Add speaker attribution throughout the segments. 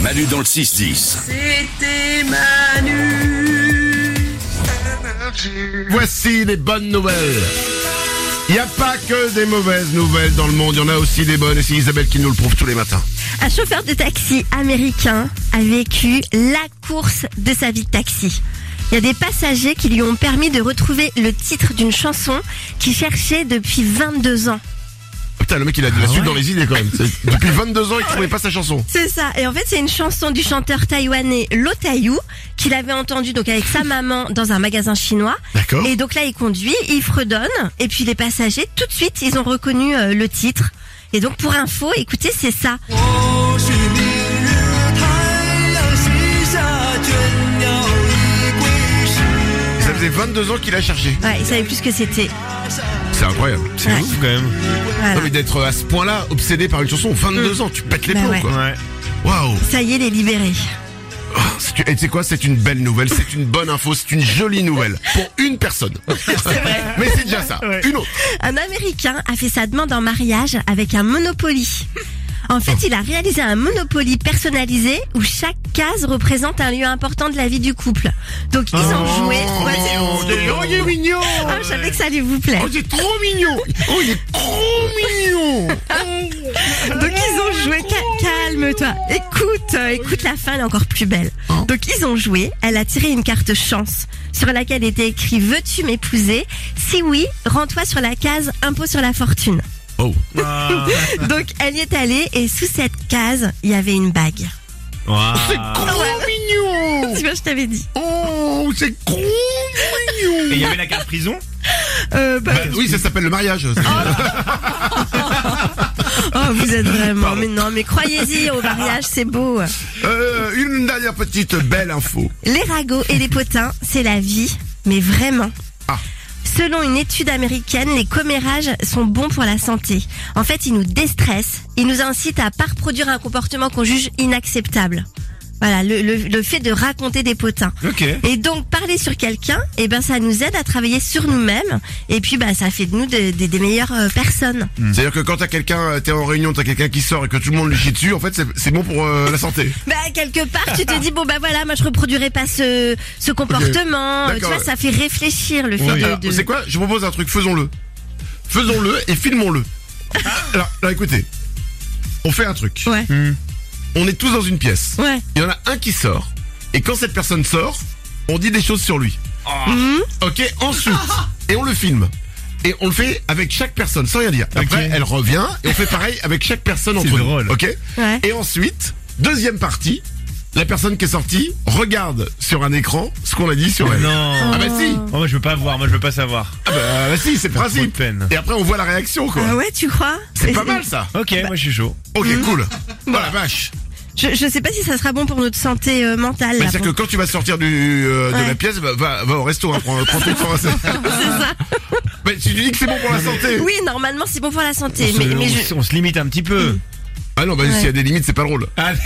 Speaker 1: Manu dans le 6-10.
Speaker 2: C'était Manu.
Speaker 3: Voici les bonnes nouvelles. Il n'y a pas que des mauvaises nouvelles dans le monde, il y en a aussi des bonnes et c'est Isabelle qui nous le prouve tous les matins.
Speaker 4: Un chauffeur de taxi américain a vécu la course de sa vie de taxi. Il y a des passagers qui lui ont permis de retrouver le titre d'une chanson qu'il cherchait depuis 22 ans.
Speaker 3: Putain, le mec il a de
Speaker 4: Ah
Speaker 3: la suite dans les idées quand même. C'est- Depuis 22 ans il ne trouvait pas sa chanson.
Speaker 4: C'est ça. Et en fait, c'est une chanson du chanteur taïwanais Lotayu qu'il avait entendue donc avec sa maman dans un magasin chinois.
Speaker 3: D'accord.
Speaker 4: Et donc là, il conduit, il fredonne, et puis les passagers, tout de suite, ils ont reconnu euh, le titre. Et donc, pour info, écoutez, c'est ça.
Speaker 3: Ça faisait 22 ans qu'il a cherché.
Speaker 4: Ouais, ils savaient plus ce que c'était.
Speaker 3: C'est incroyable. C'est
Speaker 4: Ouais.
Speaker 3: ouf quand même.
Speaker 4: Voilà.
Speaker 3: Non, mais d'être à ce point-là obsédé par une chanson, 22 ans, tu pètes les
Speaker 4: Bah
Speaker 3: plombs
Speaker 4: ouais.
Speaker 3: quoi. Waouh.
Speaker 4: Ça y est, les libérés.
Speaker 3: Oh, c'est- Et tu sais quoi, c'est une belle nouvelle, c'est une bonne info, c'est une jolie nouvelle pour une personne. Mais c'est déjà ça. Une autre.
Speaker 4: Un Américain a fait sa demande en mariage avec un Monopoly. En fait, il a réalisé un Monopoly personnalisé où chaque case représente un lieu important de la vie du couple. Donc, ils ont joué. Ouais, c'est-
Speaker 3: Oh, il est mignon.
Speaker 4: Ah, je savais que ça allait vous plaire.
Speaker 3: Oh, c'est trop mignon. Oh, il est trop mignon.
Speaker 4: Donc ils ont joué. Ca- Calme-toi. Écoute, euh, écoute la fin, elle est encore plus belle. Donc ils ont joué. Elle a tiré une carte chance sur laquelle était écrit Veux-tu m'épouser Si oui, rends-toi sur la case Impôt sur la fortune.
Speaker 3: Oh.
Speaker 4: Donc elle y est allée et sous cette case, il y avait une bague.
Speaker 3: C'est trop Ah. Oh, mignon.
Speaker 4: Tu vois, je t'avais dit.
Speaker 3: Oh, c'est trop mignon.
Speaker 5: Et il y avait la carte prison
Speaker 4: Euh, bah,
Speaker 3: Bah, oui, ça s'appelle le mariage.
Speaker 4: oh, vous êtes vraiment. Mais non, mais croyez-y au mariage, c'est beau.
Speaker 3: Euh, une dernière petite belle info.
Speaker 4: Les ragots et les potins, c'est la vie, mais vraiment.
Speaker 3: Ah.
Speaker 4: Selon une étude américaine, les commérages sont bons pour la santé. En fait, ils nous déstressent, ils nous incitent à pas reproduire un comportement qu'on juge inacceptable. Voilà, le, le- le fait de raconter des potins.
Speaker 5: Ok.
Speaker 4: Et donc, parler sur quelqu'un, eh ben, ça nous aide à travailler sur nous-mêmes. Et puis, bah, ça fait de nous des- des- des meilleures euh, personnes.
Speaker 3: Hmm. C'est-à-dire que quand t'as quelqu'un, euh, t'es en réunion, t'as quelqu'un qui sort et que tout le monde lui chie dessus, en fait, c'est- c'est bon pour euh, la santé.
Speaker 4: Bah quelque part tu te dis bon bah voilà moi je reproduirai pas ce ce comportement Euh, tu
Speaker 3: D'accord,
Speaker 4: vois
Speaker 3: ouais.
Speaker 4: ça fait réfléchir le fait de-
Speaker 3: Alors,
Speaker 4: de,
Speaker 3: C'est quoi Je propose un truc, faisons-le. Faisons-le et filmons-le. Alors, alors, écoutez, on fait un truc.
Speaker 4: Ouais.
Speaker 3: On est tous dans une pièce.
Speaker 4: ouais
Speaker 3: Il y en a un qui sort. Et quand cette personne sort, on dit des choses sur lui. Mm-hmm. Ok, ensuite, et on le filme. Et on le fait avec chaque personne, sans rien dire. Après,
Speaker 5: Ok.
Speaker 3: elle revient et on fait pareil avec chaque personne entre
Speaker 5: drôle.
Speaker 3: nous. Ok
Speaker 4: Ouais.
Speaker 3: Et ensuite, deuxième partie, la personne qui est sortie regarde sur un écran ce qu'on a dit sur elle.
Speaker 5: Non.
Speaker 3: Ah bah si
Speaker 5: Oh, moi je veux pas voir, moi je veux pas savoir.
Speaker 3: Ah bah, bah si, c'est le
Speaker 5: Trop de
Speaker 3: principe.
Speaker 5: peine.
Speaker 3: Et après, on voit la réaction, quoi.
Speaker 4: Ah ouais, tu crois
Speaker 3: C'est pas mal, ça.
Speaker 5: Ok,
Speaker 4: Bah.
Speaker 5: moi je suis chaud.
Speaker 3: Ok, cool. Oh la vache.
Speaker 4: Je, je sais pas si ça sera bon pour notre santé euh, mentale.
Speaker 3: Bah,
Speaker 4: là,
Speaker 3: C'est-à-dire que
Speaker 4: pour-
Speaker 3: quand tu vas sortir du, euh, de
Speaker 4: Ouais.
Speaker 3: la pièce, bah, va, va au resto, hein, prends, prends ton temps. hein, c'est- Bah, tu lui dis que c'est bon pour la santé.
Speaker 4: Oui, normalement, c'est bon pour la santé.
Speaker 5: On se-
Speaker 4: Mais,
Speaker 5: on,
Speaker 4: mais je...
Speaker 5: se- on se limite un petit peu.
Speaker 3: Ah non, bah, s'il y a des limites, c'est pas drôle.
Speaker 4: Ah,
Speaker 5: Allez.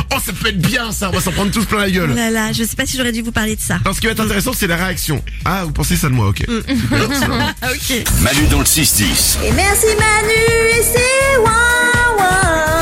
Speaker 3: Oh, ça peut être bien, ça. On va s'en prendre tous plein la
Speaker 4: Oh
Speaker 3: gueule.
Speaker 4: là là, je sais pas si j'aurais dû vous parler de ça.
Speaker 3: Alors, ce qui va être intéressant, c'est la réaction. Ah, vous pensez ça de moi, ok.
Speaker 4: Mm.
Speaker 3: Super, c'est normal.
Speaker 4: ok.
Speaker 1: Manu dans le 6-10.
Speaker 6: Et merci Manu et c'est ouin ouin.